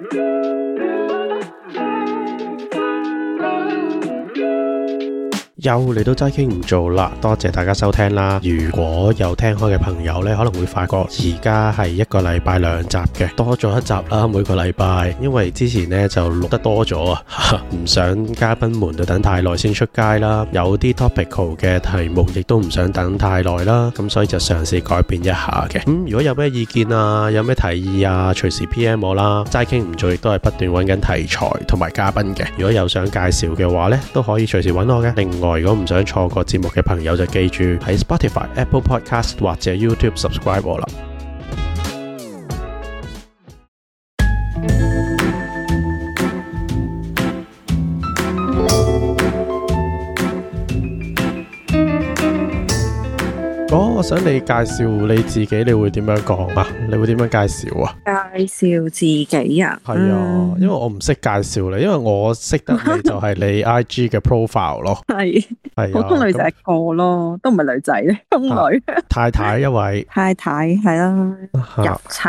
又嚟到齋傾唔做啦，多謝大家收聽啦。如果有聽開嘅朋友呢，可能會發覺而家係一個禮拜兩集嘅，多咗一集啦。每個禮拜，因為之前呢就錄得多咗啊，唔想嘉賓們就等太耐先出街啦。有啲 topical 嘅題目亦都唔想等太耐啦，咁所以就嘗試改變一下嘅。咁、如果有咩意見啊，有咩提議啊，隨時 PM 我啦。齋傾唔做亦都係不斷揾緊題材同埋嘉賓嘅。如果有想介紹嘅話呢，都可以隨時揾我嘅。另外，如果唔想錯過節目嘅朋友，就記住喺 Spotify、Apple Podcast 或者 YouTube subscribe 我啦。哦我我想你介紹你自己，你會點樣講啊？你會點樣介紹啊？介紹自己啊，係啊，因為我唔識介紹你，因為我識得你就係你 I G 嘅 profile 咯，係 係普啊，通女仔一個咯，都唔係女仔咧，中女咁太太一位太太係啦，嚇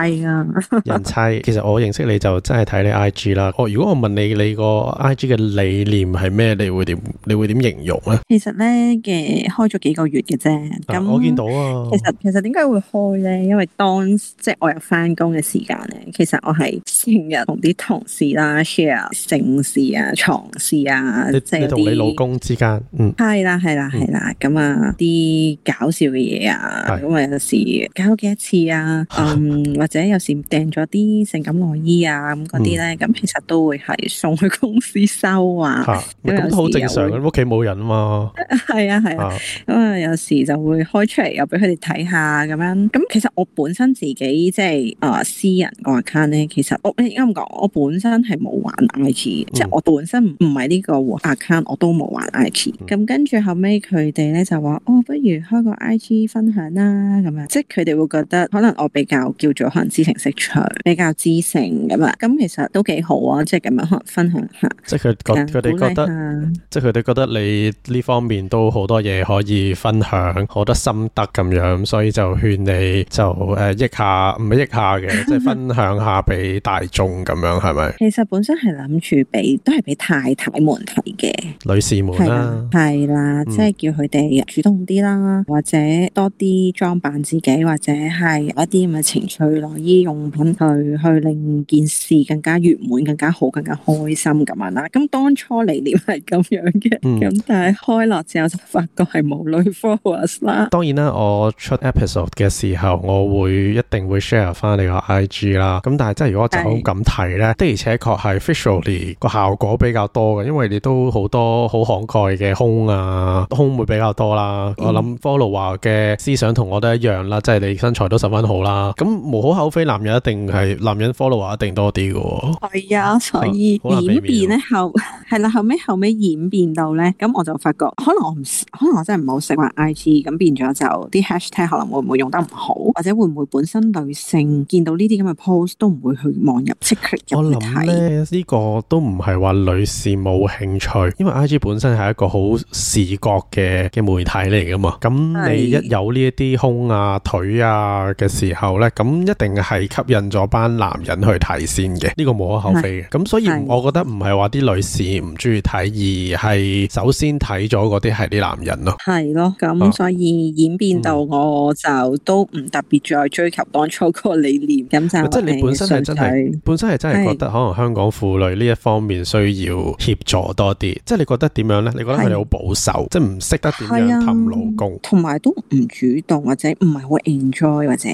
入妻啊，人妻。 其實我認識你就真係睇你 I G 啦。我如果我問你你個 I G 嘅理念係咩，你會點？你會點形容咧？其實咧嘅開咗幾個月嘅啫，啊咁我見到啊其，實其實點解會開咧？因為當即係我有翻工嘅時間咧，其實我係成日同啲同事啦 share 性事啊、床事啊，你即係你同你啲老公之間，嗯，係啦，係啦，嗯係啦，咁啊啲搞笑嘅嘢啊，係咁啊有時搞咗幾多次 啊，嗯，或者有時訂咗啲性感內衣啊咁嗰啲咧，咁其實都會係送去公司收啊，嗯嚇，咁都好正常嘅，屋企冇人啊嘛， 係啊係啊，啊，咁啊有時就會開出嚟又俾佢哋睇下咁樣，咁其實我本身自己即係啊私人個 account 咧，其實我應該咁講，我本身係冇玩 IG，嘅、即係嗯我本身唔係呢個 account，我都冇玩 IG。嗯咁跟住後尾佢哋咧就話，哦，不如開個 IG 分享啦咁樣，即係佢哋會覺得可能我比較叫做可能知情識趣，比較知性咁啊，咁其實都幾好啊，即係咁樣可能分享下，即係佢覺佢哋覺鼓勵得。下即係佢哋覺得你呢方面都好多嘢可以分享，好多心得咁樣，所以就勸你就誒、呃益下，唔係益下嘅，即係分享下俾大眾咁樣，係咪？其實本身係諗住俾都係俾太太們睇嘅，女士們係啦、啦，係啦，嗯即係叫佢哋主動啲啦，或者多啲裝扮自己，或者係有一啲咁嘅情趣內衣用品去去令件事更加圓滿、更加好、更加開心咁樣啦。咁當初理念係咁樣 嘅，嗯咁、但係開落之後就發覺係冇女 followers 啦。當然啦，我出 episode 嘅時候，我會一定會 share 翻你個 IG 啦。咁但係真係如果我就咁係咁睇呢，的而且確係 visually 個效果比較多嘅，因為你都好多好慷慨嘅胸啊，胸會比較多啦。嗯我諗 follow 話嘅思想同我都一樣啦，即係你身材都十分好啦。咁無可厚非，男人一定係男人 follow 話一定多啲嘅喎。係啊，所以好難避免啊演變咧後 係啦，後尾後尾演變到咧，咁我就發覺可能我唔識可能我真係唔好識玩 I G，咁變咗就啲 hashtag 可能會唔會用得唔好，或者會唔會本身女性見到呢啲咁嘅 post 都唔會去望入即刻我入去諗睇。咧呢個都唔係話女士冇興趣，因為 I G 本身係一個好視覺嘅嘅媒體嚟噶嘛。咁係你一有呢一啲胸啊、腿啊嘅時候呢，咁一定係吸引咗班男人去睇先嘅，呢個無可厚非嘅。咁所以係我覺得唔係話啲女士唔中意睇，而係首先睇咗嗰啲係啲男人咯。係咯，啊嗯咁所以演變到我就都唔特別再追求當初嗰個理念，咁就即係你本身係真係純粹本身係真係覺得可能香港婦女呢一方面需要協助多啲，即係你覺得點樣呢？你覺得佢哋係好保守，即係唔識得點係樣啊氹老公。同埋都唔主動或者唔係好 enjoy 或者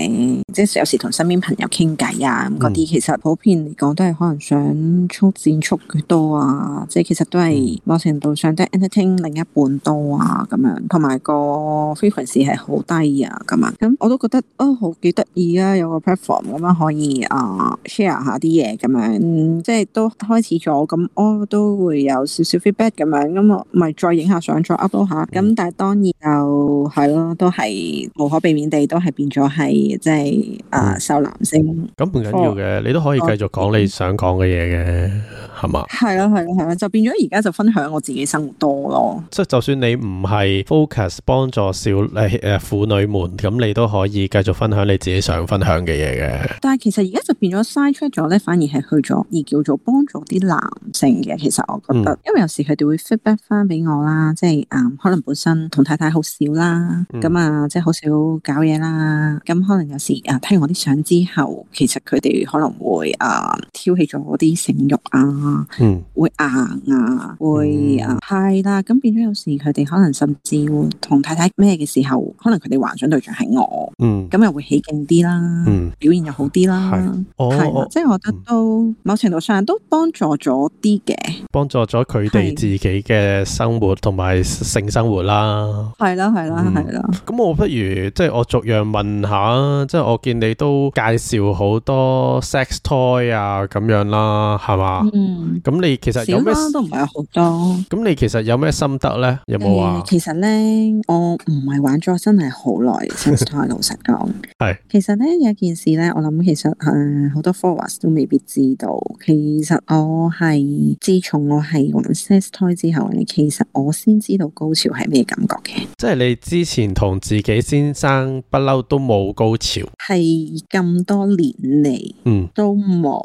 即係有時同身邊朋友傾偈啊咁嗰啲，其實普遍嚟講都係可能想速戰速決多啊，即係其實都係某程度上都係 entertain 另一半多啊咁樣，同埋個 frequency 係好低啊咁樣，咁我都覺得哦好幾得意啊，有個 platform 咁樣可以啊 share 下啲嘢咁樣，即係都開始咗咁，我都會有少少 feedback 咁樣，咁我咪再影下相，再 upload 下。咁但係當然就係咯，都係無可避免地都係變咗係即係啊嗯受男性咁唔緊要嘅，你都可以繼續講你想講嘅嘢嘅，係嘛？係咯係咯係咯，就變咗而家就分享我自己生活多咯。即係就算你唔係 focus 幫助少誒誒婦婦女們，咁你都可以繼續分享你自己想分享嘅嘢嘅。但係其實而家就變咗 side track 咗咧，反而係去咗而叫做幫助啲男性嘅。其實我覺得，因為有時佢哋會 feedback 翻俾我啦，即係嗯可能本身同太太好少啦，嗯咁啊、即係好少搞嘢啦，咁可能有時啊睇完我啲相之後，其實佢哋可能會啊挑起咗我啲性慾啊。嗯會硬啊，會啊係啦，咁變咗有時佢哋可能甚至會同太太咩嘅時候，可能佢哋幻想對象係我，嗯咁又會起勁啲啦，嗯，哦表現又好啲啦係，我係啦我，即係我覺得嗯都某程度上都幫助咗啲嘅，幫助咗佢哋係自己嘅生活同埋性生活啦。係啦係啦嗯係啦，咁我不如即係我逐樣問下，即係我見你都介紹好多 sex toy 啊咁樣啦，係嘛？嗯，咁你其實少有咩？啦都唔係好多。咁你其實有咩心得呢？有冇啊話誒？其實咧，我唔係玩咗真係好耐 sex toy，老實講。 係其實咧有件事咧，我諗其實呃誒好、多 followers 都未必知道。其實我係自從我係玩 sex toy 之後咧，其實我先知道高潮係咩感覺嘅，即係你之前同自己先生不嬲都冇高潮，係咁多年嚟 嗯，都冇。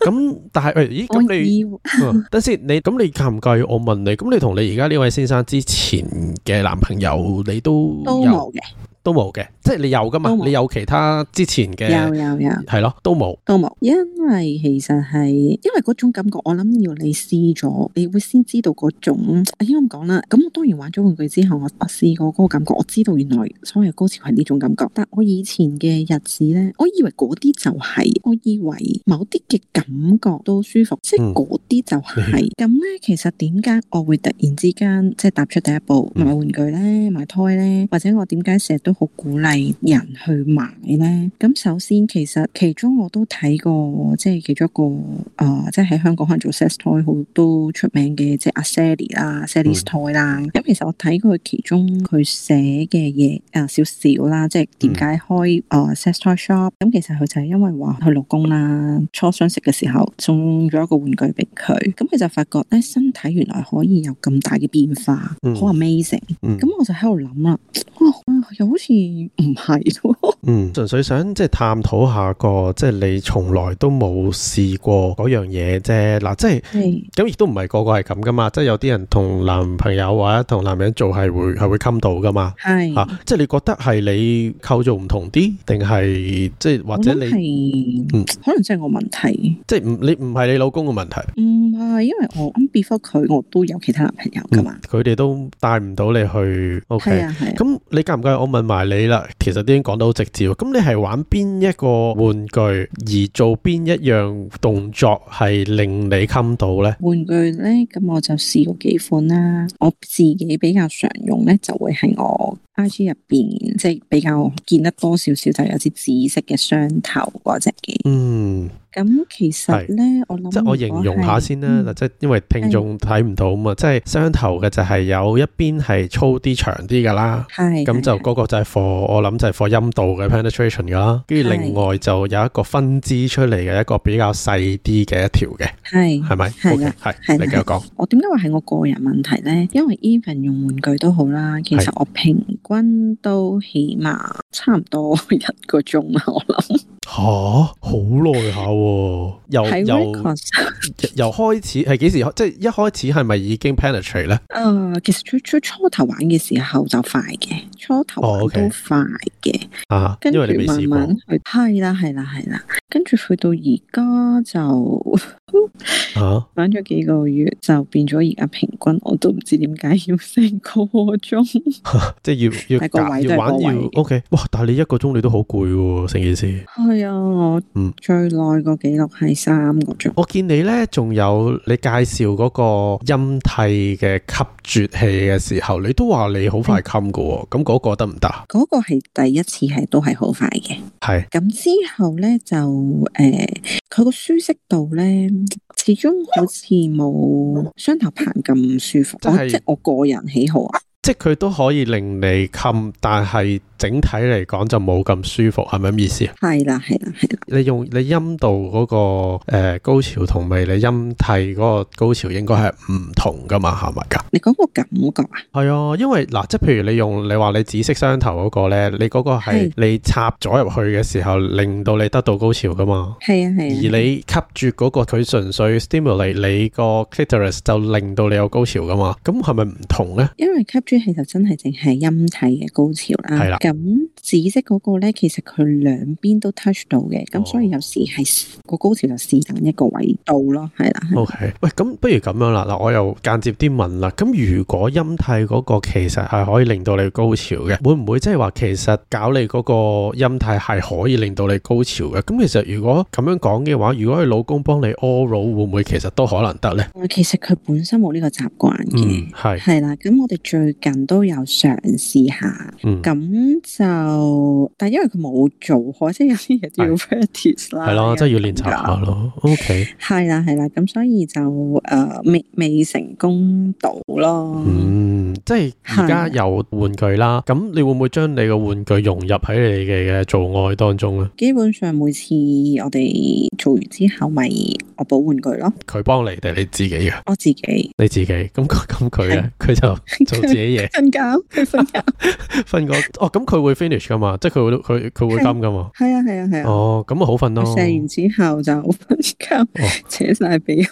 咁但係誒，咦，我咁你以為嗯等先，你咁你介唔介意我問你？咁你同你而家呢位先生之前嘅男朋友，你都都有冇嘅，都冇嘅，即係你有噶嘛都？冇你有其他之前嘅有有有。係咯，都冇。都冇，因為其實係因為嗰種感覺，我諗要你試咗，你會先知道嗰種。應該咁講啦，咁我當然玩咗玩具之後，我我試過嗰個感覺，我知道原來所謂嘅高潮係呢種感覺。但我以前嘅日子咧，我以為嗰啲就係、我以為某啲嘅感覺都舒服，即係嗯嗰啲就係、咁咧。其實點解我會突然之間即係踏出第一步嗯買玩具咧，買胎咧，或者我點解成日都好鼓勵人去買咧？咁首先其實其中我都睇過，即係其中一個啊、即係喺香港可能做 sex toy 好都出名嘅，即係阿 Sally 啦，Sally's toy 啦。咁其實我睇佢其中佢寫嘅嘢啊少少啦，即係點解開啊、sex toy shop？咁其實佢就係因為話佢老公啦初相識嘅時候送咗一個玩具俾佢，咁佢就發覺咧身體原來可以有咁大嘅變化，好、嗯 amazing。嗯咁我就喺度諗啦，哇、又好似唔係喎。嗯，純粹想即係探討下個，即係你從來都冇試過嗰樣嘢啫。嗱，即係係咁亦都唔係個個係咁噶嘛，即係有啲人同男朋友或者同男人做係會係會襟到噶嘛。係。啊，即係你覺得係你構造唔同啲，定係即係或者我諗你係嗯可能真係我問題，即係唔你唔係你老公嘅問題，唔係因為我啱 before 佢，我都有其他男朋友噶嘛，嗯佢哋都帶唔到你去 OK 啊係。啊係啊。咁你介唔介意我問埋你啦？其實都已經講到好直接喎。咁你係玩邊一個玩具而做邊一樣動作係令你襟到呢？玩具咧，咁我就試過幾款啦。我自己比較常用咧，就會係我 IG 入邊，即係比較見得多少少，就有支紫色嘅雙頭嗰只嘅。嗯，咁其實咧，我諗即係我形容下先啦，嗱，即係因為聽眾睇唔到啊嘛，即係雙頭嘅就係有一邊係粗啲長啲噶啦。係咁就嗰個就係 for 我諗就係 for 陰道嘅 penetration 噶啦，跟住係另外就有一個分支出嚟嘅一個比較細啲嘅一條嘅，係係咪係？OK，啦係係你啦繼續講，我點解話係我個人問題咧？因為 even 用玩具都好啦，其實我平均都起碼差唔多 一個鐘啊，我諗嚇好耐下喎，由喺由 records 由開始係幾時開？即係一開始係咪已經 penetrate 咧？啊，其實最最初頭玩嘅時候就快嘅，初頭玩哦都，OK 快嘅。啊，跟因住為你未試慢過，慢去，係啦係啦係啦，跟住去到而家就 嚇玩咗幾個月，就變咗而家平均我都唔知點解要成個嗯鐘，即係要要但係個夾位都要係玩個要位 OK，哇！但係你一個鐘你都好攰喎，成件事。係啊，我嗯最耐個記錄係三個鐘，我見你咧，仲有你介紹嗰個陰蒂嘅吸啜器嘅時候，你都話你好快冚嘅嗯喎，咁嗰個得唔得啊？嗰、個係第一次係都係好快嘅，係，咁之後咧就誒，呃佢、個舒適度咧。始終好似冇雙頭棒咁舒服，即我係即係我個人喜好啊，即係佢都可以令你冚，但係整體嚟講就冇咁舒服，係咪咁意思啊？係啦係啦係啦，你用你陰道嗰、個、呃、高潮同埋你陰蒂嗰個高潮應該係唔同噶嘛，係咪㗎？你講個感覺啊，係啊，因為嗱，即係譬如你用你話你紫色雙頭嗰個咧，你嗰個係係你插咗入去嘅時候，令到你得到高潮噶嘛。係啊而係啊，你吸住嗰、個佢純粹 stimulate 你個 clitoris 就令到你有高潮噶嘛，咁係咪唔同咧？因為吸珠器就真係淨係陰蒂嘅高潮係啦啦。咁紫色嗰個咧，其實佢兩邊都 touch 到嘅，咁哦所以有時係個高潮就試等一個位度咯，係啦。係啦 O K，喂，咁不如咁樣啦，嗱，我又間接啲問啦，咁如果陰蒂嗰個其實係可以令到你高潮嘅，會唔會即係話其實搞你嗰個陰蒂係可以令到你高潮嘅？咁其實如果咁樣講嘅話，如果佢老公幫你 oral，會唔會其實都可能得呢？其實佢本身冇呢個習慣嘅。嗯，係，係啦，咁我哋最近都有嘗試下，嗯，咁就但因為佢冇做開，即係有啲嘢都要 practice 啦，係咯，即係要練習下咯。O K，係啦，係啦，咁所以就诶、呃未未成功到咯。嗯，即係而家有玩具啦，咁你會唔會將你個玩具融入喺你嘅嘅做愛當中咧？啊基本上每次我哋做完之後，咪我補玩具咯，佢幫你哋，你自己啊嘅。我自己你自己，咁 佢咁佢咧，佢就做自己嘢，瞓覺，佢啊瞓覺。瞓個哦，咁佢會 finish 噶嘛，即係佢會佢佢會金噶嘛，係啊，係啊，係啊。哦，咁啊好瞓我射完咯之後就瞓哦覺，扯晒鼻。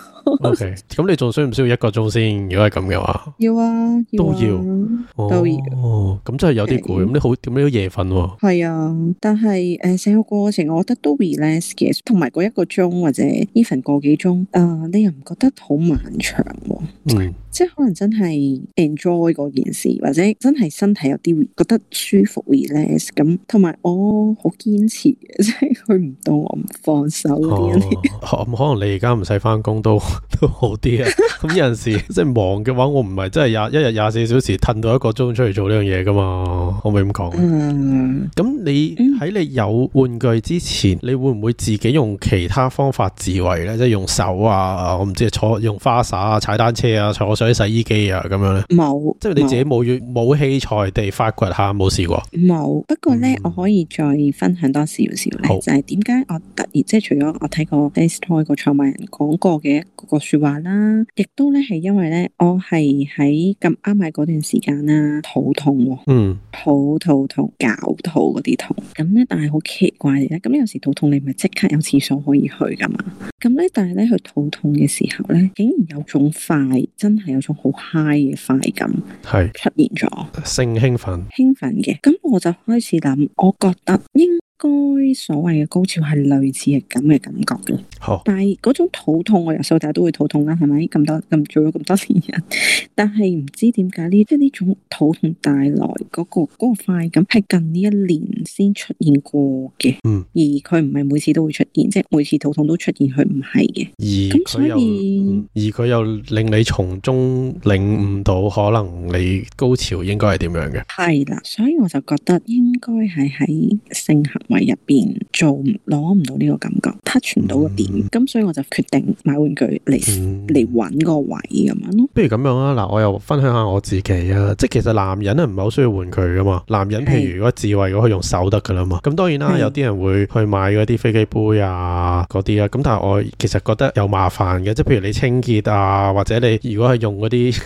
，OK，咁你仲需唔需要一個鐘先？如果係咁嘅話，要啊，要都啊要都要哦，咁真係有啲攰，係咁你好，咁你都夜瞓喎，係啊，但係誒成個過程，我覺得都 relax 嘅，同埋嗰一個鐘或者 even 個幾鐘，啊、你又唔覺得好漫長喎、嗯，即係可能真係 enjoy 嗰件事，或者真係身體有啲覺得舒服 relax 咁，同埋我好堅持嘅， 即係去唔到我唔放手嗰啲啊人嚟。 哦，咁可能你而家唔使翻工都 都好啲啊，咁有陣時 即係忙嘅話，我唔係真係廿一日廿四小時褪到一個鐘出嚟做呢樣嘢噶嘛，可唔可以咁講？嗯，咁你嗯喺你有玩具之前，你會唔會自己用其他方法自慰呢？即係用手啊，我唔知坐用花灑啊、踩單車啊、坐水洗衣機啊咁樣呢？冇，即係你自己冇冇器材地發掘下，冇試過。冇，不過咧嗯，我可以再分享多少少咧好，就係點解我突然即係除咗我睇過 Face Toy 個創辦人講過嘅一個説話啦，亦都咧係因為咧，我係喺咁啱喺嗰段時間啦，肚痛喎，嗯，肚肚痛、搞肚嗰啲痛，咁咧但係好奇怪嚟咧，咁有時肚痛你咪即刻有廁所可以去噶嘛，咁咧但係咧佢肚痛嘅時候咧，竟然有種快，真係有種好 high 嘅快感係出現咗。性興奮。興奮嘅，咁我就開始諗，我覺得應該所謂嘅高潮係類似係咁嘅感覺嘅，好，但係嗰種肚痛，我由細到大都會肚痛啦，係咪？咁多咁做咗咁多年人， 但係唔知點解呢，即係呢種肚痛帶來嗰、個嗰個快感係近呢一年先出現過嘅，嗯而佢唔係每次都會出現，即係每次肚痛都出現，佢唔係嘅。而佢所又以嗯而佢又令你從中領悟到可能你高潮應該係點樣嘅。係啦，所以我就覺得應該係喺性行為入邊做唔攞唔到呢個感覺，touch 唔到個點，嗯咁、所以我就決定買玩具嚟嗯嚟揾個位咁樣咯。不如咁樣啊！嗱，我又分享下我自己啊，即係其實男人係唔係好需要玩具噶嘛？男人譬如係如果自慰嗰，佢用手得噶啦嘛。咁當然啦，係有啲人會去買嗰啲飛機杯啊嗰啲啊。咁但係我其實覺得有麻煩嘅，即係譬如你清潔啊，或者你如果係用嗰啲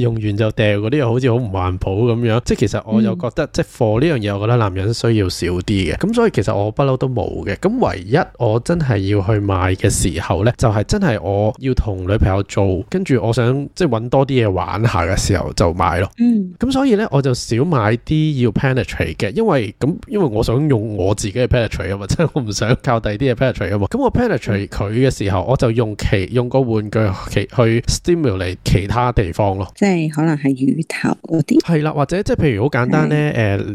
用完就掉嗰啲，又好似好唔環保咁樣。即係其實我又嗯覺得、即係 for 呢樣嘢，我覺得男人需要少啲嘅。咁所以其實我不嬲都冇嘅。咁唯一我真係要去買嘅時候呢，就係、真係我要同女朋友做，跟住我想即係揾多啲嘢玩下嘅時候就買咯。嗯，咁所以咧，我就少買啲要 penetrate 嘅，因為咁，因為我想用我自己嘅 penetrate 啊嘛，即 係我唔想靠第二啲嘢 penetrate 啊嘛。咁我 penetrate 佢嘅時候，我就用其用個玩具其去 stimulate 其他地方咯。即係可能係乳頭嗰啲，嗯係啦，或者即係譬如好簡單咧，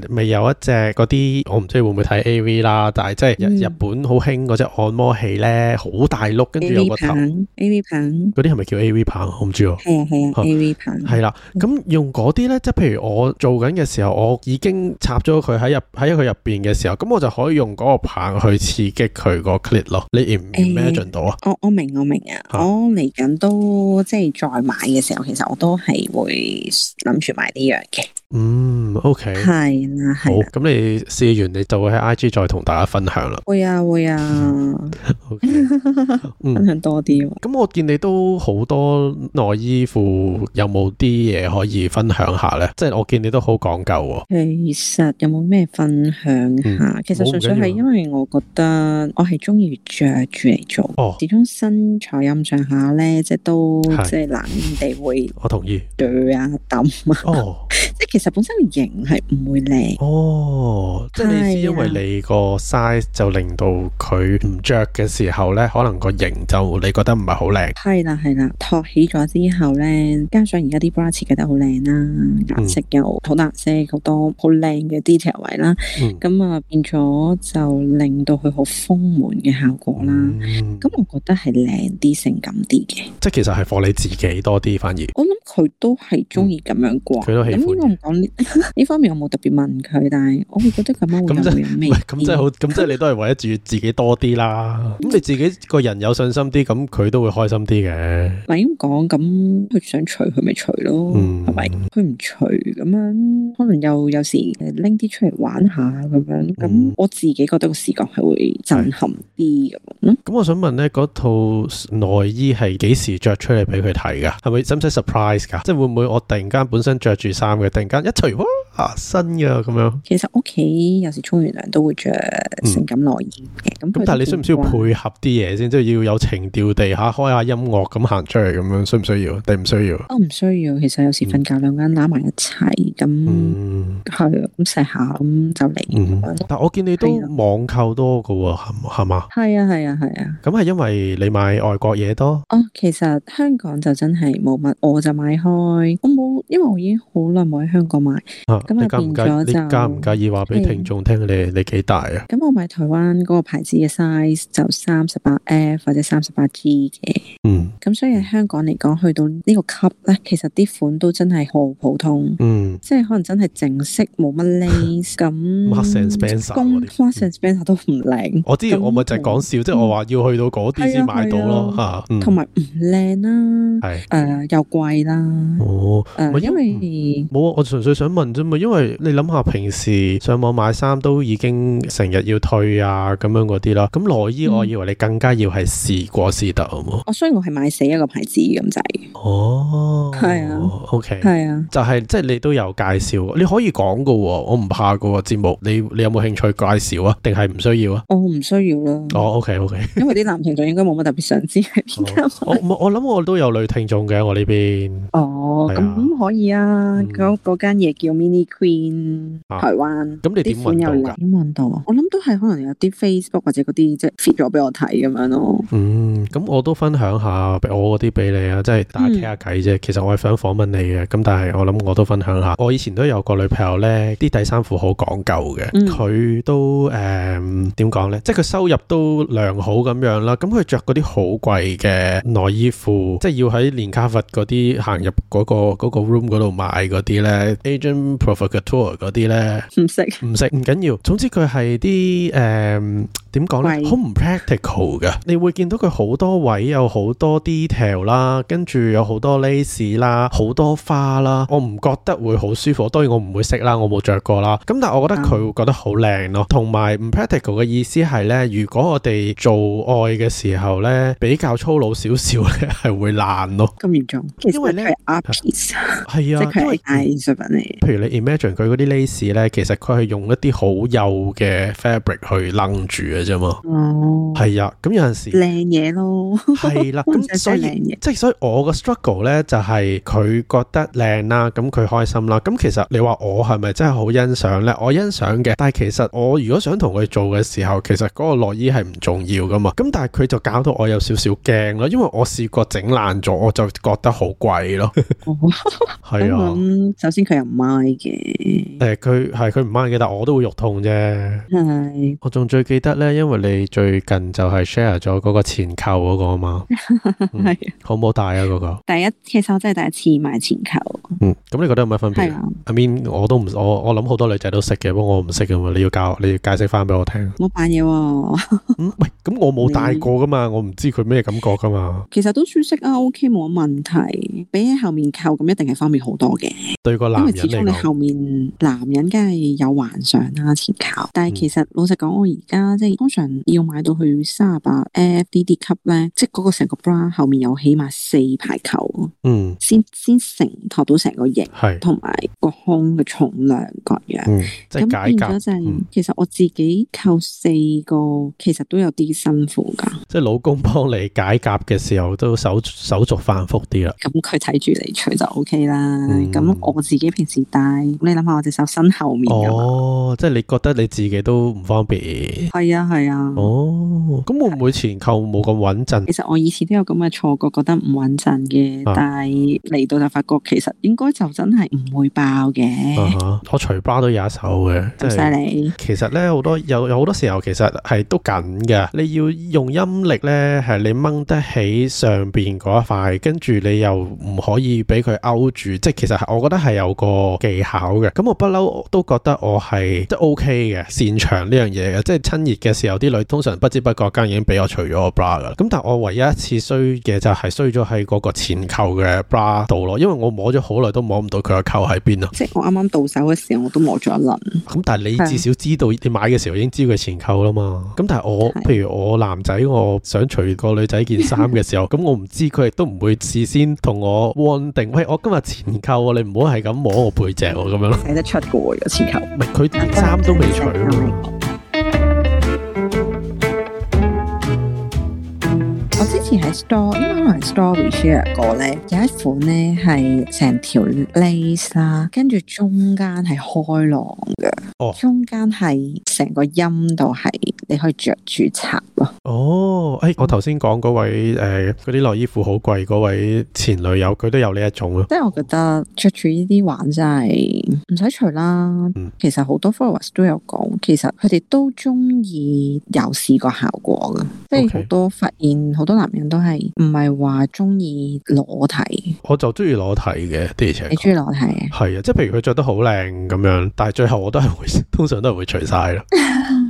誒、未有一隻嗰啲，我唔知會唔會睇 A.V. 啦，啊，但係即係嗯日日本好興嗰只按摩器咧，好大碌，跟住 A 有 V 個頭，嗰棒，A V 棒，啲係咪叫 A V 棒？我唔知喎。係啊係嚇啊，A V 棒，哦係啦，咁用嗰啲咧，即係譬如我做緊嘅時候，我已經插咗佢喺入喺佢入邊嘅時候，咁我就可以用嗰個棒去刺激佢個 clit 咯。你 im- 誒 imagine 到啊？我我明我明啊，嚇我嚟緊都即係再買嘅時候，其實我都係會諗住買呢樣嘅，嗯，OK，係啦好，係啦，咁你試完你就會喺 IG 再同大家分享啦。會啊會啊， OK，嗯分。享多啲喎。咁我見你都好多內衣褲，有冇啲嘢可以分享下呢？即係我見你都好講究喎。其實有冇咩分享嗯下？其啊實純粹係因為我覺得我係中意着住嚟做，哦，始終身材咁上下咧，即係都係即係難免地會我同意。對啊抌啊， 哦，即係其實本身個型係唔會靚。哦，即係你係知，啊因為你個 size 就令到佢唔着嘅時候呢，可能個型就你覺得唔係好靚。係啦係啦，托起咗之後咧，加上而家啲 bra 設計得好靚嗯啦，顏色又好難色，好多好靚嘅 detail 位啦，嗯，咁啊變咗就令到佢好豐滿嘅效果啦。嗯咁我覺得係靚啲、性感啲嘅。即係其實係放你自己多啲，反而我諗佢都係中意咁樣啩。嗯佢都喜歡咁呢個唔講呢 呢方面，我冇特別問佢，但係我會覺得咁樣咁即係會有有喂，味咁即係好，咁即係你都係為咗住自己多啲啦。咁你自己個人有信心啲，咁佢都會開心啲嘅。嗱咁講，咁佢想除佢咪除咯，嗯係咪、佢唔除咁樣，可能又有時誒拎啲出嚟玩下咁樣。咁、嗯我自己覺得個視覺係會震撼啲咁樣咯。咁我想問呢嗰套內衣係幾時着出嚟俾佢睇㗎？係咪使唔使 surprise 㗎？即係會唔會我突然間本身着住衫嘅，突然間一除哇啊新嘅咁樣？其實屋企有時沖完涼都會着嗯性感內衣嘅，咁咁佢但係都你需唔需要見慣配合啲嘢先？即係要有情調地下開下音樂咁行出嚟咁樣，需唔需要？定唔需要？哦我唔需要，其實有時瞓覺兩間攬埋一齊咁，嗯係啊咁錫下咁就嚟咁嗯樣咯。但我見你都係啊網購多㗎喎，係嘛係嘛？係啊係啊係啊！咁係因為你買外國嘢多？哦，其實香港就真係冇乜，我就買開，我冇，因為我已經好耐冇喺香港買，啊咁啊你介唔介？變咗你就介唔介意話俾係聽眾聽你你幾大啊？咁我買台灣嗰個牌子嘅 size 就三十八 F 或者三十八 G 嘅，嗯咁所以喺香港嚟講，去到呢個級咧，其實啲款都真係好普通。嗯即係可能真係正式冇乜 lace 咁 Marks and Spencer 公嗰啲 Marks and Spencer 都唔靚，我知，咁我咪就係講笑，嗯即係啊我話要去到嗰啲先買到咯係嚇，嗯同埋唔靚啦，係诶、又貴啦，哦，诶、咪因呃因為冇啊！我純粹想問啫嘛，因為你諗下平時上網買衫都已經成日要退啊咁樣嗰啲啦，咁內衣嗯我以為你更加要係試過先得好冇？我雖然我係買死一個牌子咁滯，哦，係啊，OK。係啊，就係即係你都有介紹，你可以講噶喎，我唔怕噶喎節目，你你有冇興趣介紹啊？定係唔需要啊？我唔需要啦，哦，OK OK，因為啲男聽眾應該冇乜特別想知係邊 間。我我我諗我都有女聽眾嘅，我呢邊。 哦，係咁、啊可以啊，嗯嗰嗰間嘢叫 Mini Queen，、啊台灣。咁你點啲款揾又到靚㗎？揾到啊！我諗都係可能有啲 Facebook 或者嗰啲即係 fit 咗俾我睇咁樣咯。嗯，咁我都分享下俾我嗰啲俾你啊，即係大家傾下偈啫。其實我係想訪問你嘅，咁但係我諗我都分享下。我以前都有個女朋友呢，啲底衫褲好講究嘅，嗯佢、都誒點講呢？即係佢收入都良好咁樣啦。咁佢着嗰啲好貴嘅內衣褲，即係要喺連卡佛嗰啲行入嗰、個嗰、個 room 嗰度買嗰啲呢 a g e n t provocateur 嗰啲呢。唔識唔食唔緊要，總之佢係啲誒點講咧，貴好唔 practical 嘅。你會見到佢好多位有好多 detail 啦，跟住有好多 lace 啦，好多花啦。我唔覺得會好舒服，當然我唔會識啦，我冇着過啦。咁但係我覺得嗯佢會覺得好靚咯，同埋唔 practical 嘅意思係咧，如果我哋做愛嘅時候咧，比較粗魯少少咧，係會爛咯。咁嚴重，其實因為佢呢係 art piece，係即啊係，因佢係為藝術品嚟。譬如你 imagine 佢嗰啲 lace 咧，其實佢係用一啲好幼嘅 fabric 去楞住嘅啫嘛。哦，係啊，咁有陣 時靚嘢咯，係啦，唔咁使所真係以靚嘢。即係所以我個 struggle 咧就係佢覺得靚啦，咁佢開心啦。咁其實你話我係咪真係好欣賞咧？我欣賞嘅，但係其實我如果想同佢做嘅時候，其實嗰個內衣係唔重要噶嘛。咁但係佢就搞到我有少少驚咯，因為我試過整爛咗，我就覺得好貴咯。係我啊，諗首先佢又唔賣嘅，誒佢係佢唔掹嘅，但我都會肉痛啫。係我仲最記得咧，因為你最近就係 share 咗嗰個前扣嗰個啊 嘛，嗯係好唔好戴啊嗰個？第一，其實我真係第一次買前球，嗯，咁你覺得有咩分別係啊啊， ？I mean，我都唔我我諗好多女仔都識嘅，不過我唔識嘅嘛，你要教你要解釋翻俾我聽。冇扮嘢喎， 嗯，喂，咁我冇戴過噶嘛，我唔知佢咩感覺噶嘛，其實都舒適啊，OK 冇乜問題，比起後面扣咁一定係方便好多嘅。對個因男為人始終你嚟講，嗯後面男人梗係有幻想啦，前靠。但係其實老實講，我而家即係通常要買到去三十八 FDD 級咧，即係嗰個成個 bra 後面有起碼四排扣， 嗯，先先承托到成個型係，同埋個胸嘅重量各樣。嗯，即咁係解變夾咗，就係、嗯其實我自己扣四個，其實都有啲辛苦㗎。即係老公幫你解夾嘅時候都手手續繁複啲啦。咁佢睇住你除就 O K 啦。嗯咁、我自己平時戴，你諗下我隻手伸後面㗎嘛？哦，即係你覺得你自己都唔方便。係啊係啊。哦，咁會唔會前扣冇咁穩陣？其實我以前都有咁嘅錯覺，覺得唔穩陣嘅，啊但係嚟到就發覺其實應該就真係唔會啊爆嘅，哈我除 bra 都有一手嘅，即咁犀係。利。其實咧好多有有好多時候其實係都緊嘅，你要用陰力咧係你掹得起上邊嗰一塊，跟住你又唔可以俾佢勾住，即係其實係我覺得係有個技巧嘅。咁我不嬲都覺得我係即係 OK 嘅，擅長呢樣嘢嘅，即係親熱嘅時候啲女通常不知不覺間已經俾我除咗個 bra 噶啦。咁但係我唯一一次衰嘅就係衰咗喺嗰個前扣嘅 bra 度咯，因為我摸咗好耐都摸唔到佢個扣喺邊啊。即係我啱啱到手嘅時候，我都摸咗一輪。咁但係你係至少知道你買嘅時候已經知佢前扣啦嘛。咁但係我係譬如我男仔，我想除個女仔件衫嘅時候，咁我唔知佢亦都唔會事先同我 warn 定，喂，我今日前扣喎，你唔好係咁摸我背脊喎咁樣咯。睇得出嘅喎，有前球。唔係佢連衫都未除啊嗯嘛。我之前喺 store，因為可能 story share 過咧，有一款咧係成條 lace 啦，跟住中間係開浪嘅，哦中間係成個陰度係你可以着住插咯，哦，誒、我頭先講嗰位誒嗰啲內衣褲好貴嗰位前女友，佢都有呢一種咯。即係我覺得着住呢啲玩真係唔使除啦。嗯其實好多 followers 都有講，其實佢哋都中意有試過效果嘅，即係 OK 好多發現好多男人都係唔係話中意裸體，我就中意裸體嘅，的而且你確中意裸體嘅。係啊，即係譬如佢着得好靚咁樣，但係最後我都係會 通常都係會除晒咯。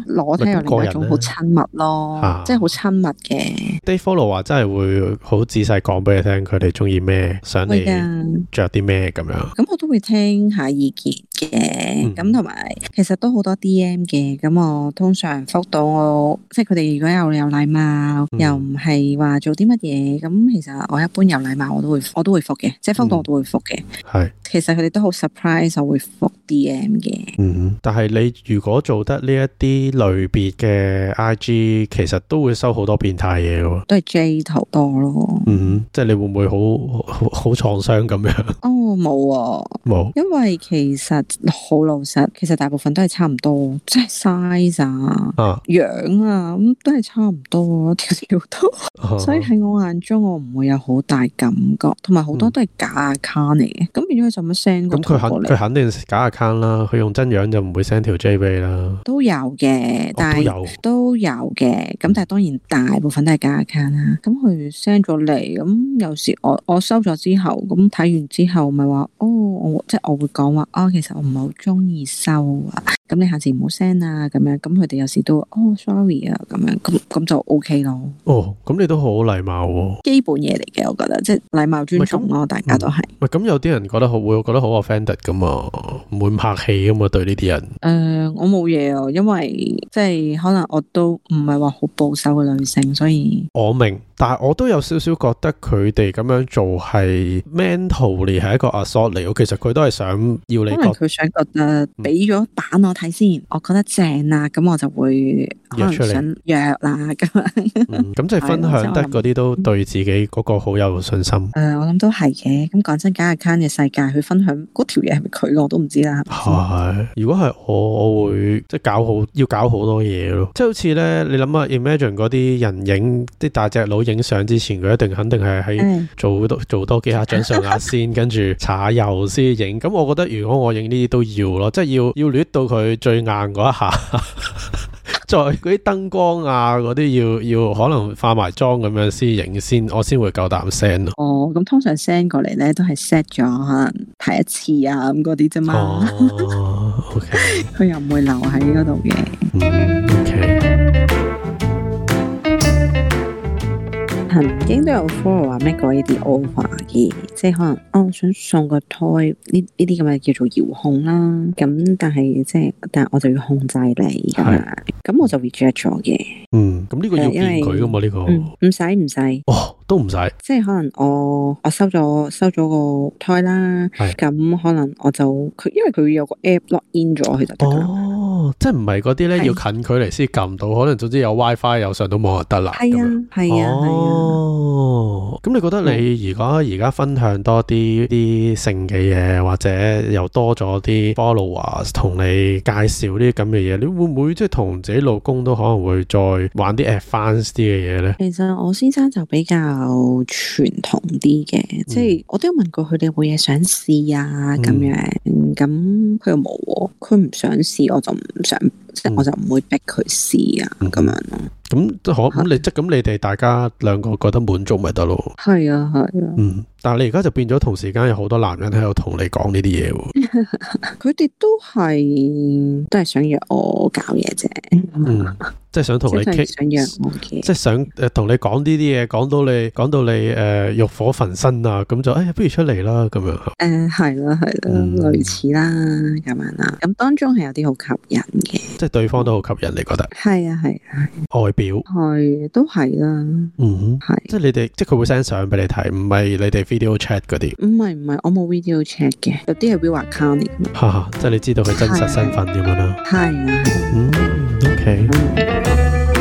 裸體有另外一種咪咁個人呢好親密咯，啊即係好親密嘅。 Day follow 話真係會好仔細講俾你聽，佢哋中意咩，想會你㗎，着啲咩咁樣。咁我都會聽下意見嗯嘅，咁同埋其實都好多 D.M 嘅，咁我通常覆到我，即係佢哋如果有有禮貌，嗯又唔係話做啲乜嘢，咁其實我一般有禮貌我都會我都會覆嘅，即係覆嗯到我都會覆嘅。係，其實佢哋都好 surprise 我會覆 D.M 嘅，嗯，但係你如果做得呢一啲類別嘅 IG，其實都會收好多變態嘢嘅喎。都係 J 頭多咯。嗯，即係你會唔會好好好創傷咁樣？哦，冇啊。冇，因為其實好老實，其實大部分都係差唔多，即係 size 啊、啊，樣啊，咁都係差唔多啊，條條都。啊所以喺我眼中，我唔會有好大感覺，同埋好多都係假 account 嚟嘅，咁變咗佢就咁 send 嗯個咁圖佢肯過佢嚟。肯定假 account 啦，佢用真樣就唔會 send 條 J 俾你啦。都有嘅，我但哦都係有，都有嘅，咁但係當然大部分都係假 account 啦。咁佢 send 咗嚟，咁有時我我收咗之後，咁睇完之後咪話，哦，我即係我會講話，哦，其實我唔係好中意收啊。咁你下次唔好 send 啊，咁樣，咁佢哋有時都會哦，sorry 啊，咁樣，咁咁就 OK 咯，哦，咁你都好禮貌喎。基本嘢嚟嘅，我覺得，即係禮貌尊重咯，大嗯家都係。喂，咁有啲人覺得好會覺得好 offended 噶嘛，唔會咁客氣噶嘛，對呢啲人。誒、我冇嘢啊，因為即係可能我都唔係話好保守嘅女性，所以我明，但係我都有少少覺得佢哋咁樣做係 mentally 係一個 assault 嚟嘅，其實佢都係想要你可能覺嗯佢想覺得俾咗版我睇先，我覺得正啦，咁我就會可能約出嚟想約啦咁啊 樣。誒、嗯咁即係分享得嗰啲都對自己嗰個好有信心。呃我諗都係嘅。咁講真，假 account 嘅世界，佢分享嗰條嘢係咪佢嘅我都唔知啦。係，如果係我，我會即係搞好，要搞好多嘢咯。即係好似咧，你諗下，imagine 嗰啲人影啲大隻佬影相之前，佢一定肯定係喺嗯做多做多幾下掌上壓先，跟住搽油先影。咁我覺得如果我影呢啲都要咯，即係要要攣到佢最硬嗰一下。 再嗰啲燈光啊，嗰啲要要可能化埋妝咁樣先影先，我先會夠膽 send 咯。哦，咁通常 send 過嚟咧都係 set 咗可能睇一次啊咁嗰啲啫嘛，哦，OK，佢、又唔會留喺嗰度嘅。嗯，OK，曾經都有 follow 話 make 過呢啲 offer 嘅，即係可能哦想送個胎呢呢啲咁嘅叫做遙控啦，咁但係即係但係我就要控制你咁樣，咁我就 reject 咗嘅，嗯，咁呢個要誒因為見佢噶嘛？呢個嗯唔使唔使，哦都唔使，即係可能我我收咗收咗個胎啦，係咁可能我就佢因為佢有個 app log in 咗佢就得㗎啦。哦，即係唔係嗰啲咧係要近距離先撳到，可能總之有 WiFi 有上到網就得啦。係咁啊樣，係啊，嗯係啊，哦，咁你覺得你如果而家分享多啲啲性嘅嘢，或者又多咗啲 followers 同你介紹呢啲咁嘅嘢，你會唔會即係同自己老公都可能會再玩啲 advanced 啲嘅嘢咧？其實我先生就比較傳統啲嘅，即係我都有問過佢哋有冇嘢想試啊咁樣，咁佢又冇喎，佢唔想試我就唔想，即係嗯我就唔會逼佢試啊嗯咁樣咯。咁都可咁你即係咁你哋大家兩個覺得滿足咪得咯？係啊係啊，嗯，但係你而家就變咗同時間有好多男人喺度同你講呢啲嘢喎。佢哋都係都係想約我搞嘢啫，嗯，即係想同即你係都係傾。想約我嘅。即係想誒同你講呢啲嘢，講到你講到你誒、呃欲火焚身啊，咁就誒、哎呀不如出嚟啦咁樣。誒係啦係啦，嗯類似啦咁樣啦，咁當中係有啲好吸引嘅，即係對方都好吸引，你覺得係啊係啊外表，係都係啦，嗯哼，係。即係你哋，即係佢會 send 相俾你睇，唔係你哋 video chat 嗰啲，唔係唔係，我冇 video check 嘅，有啲係 real account 嚟嘅。哈哈，即係你知道佢真實身份咁樣啦。係啊，嗯，OK。係啊。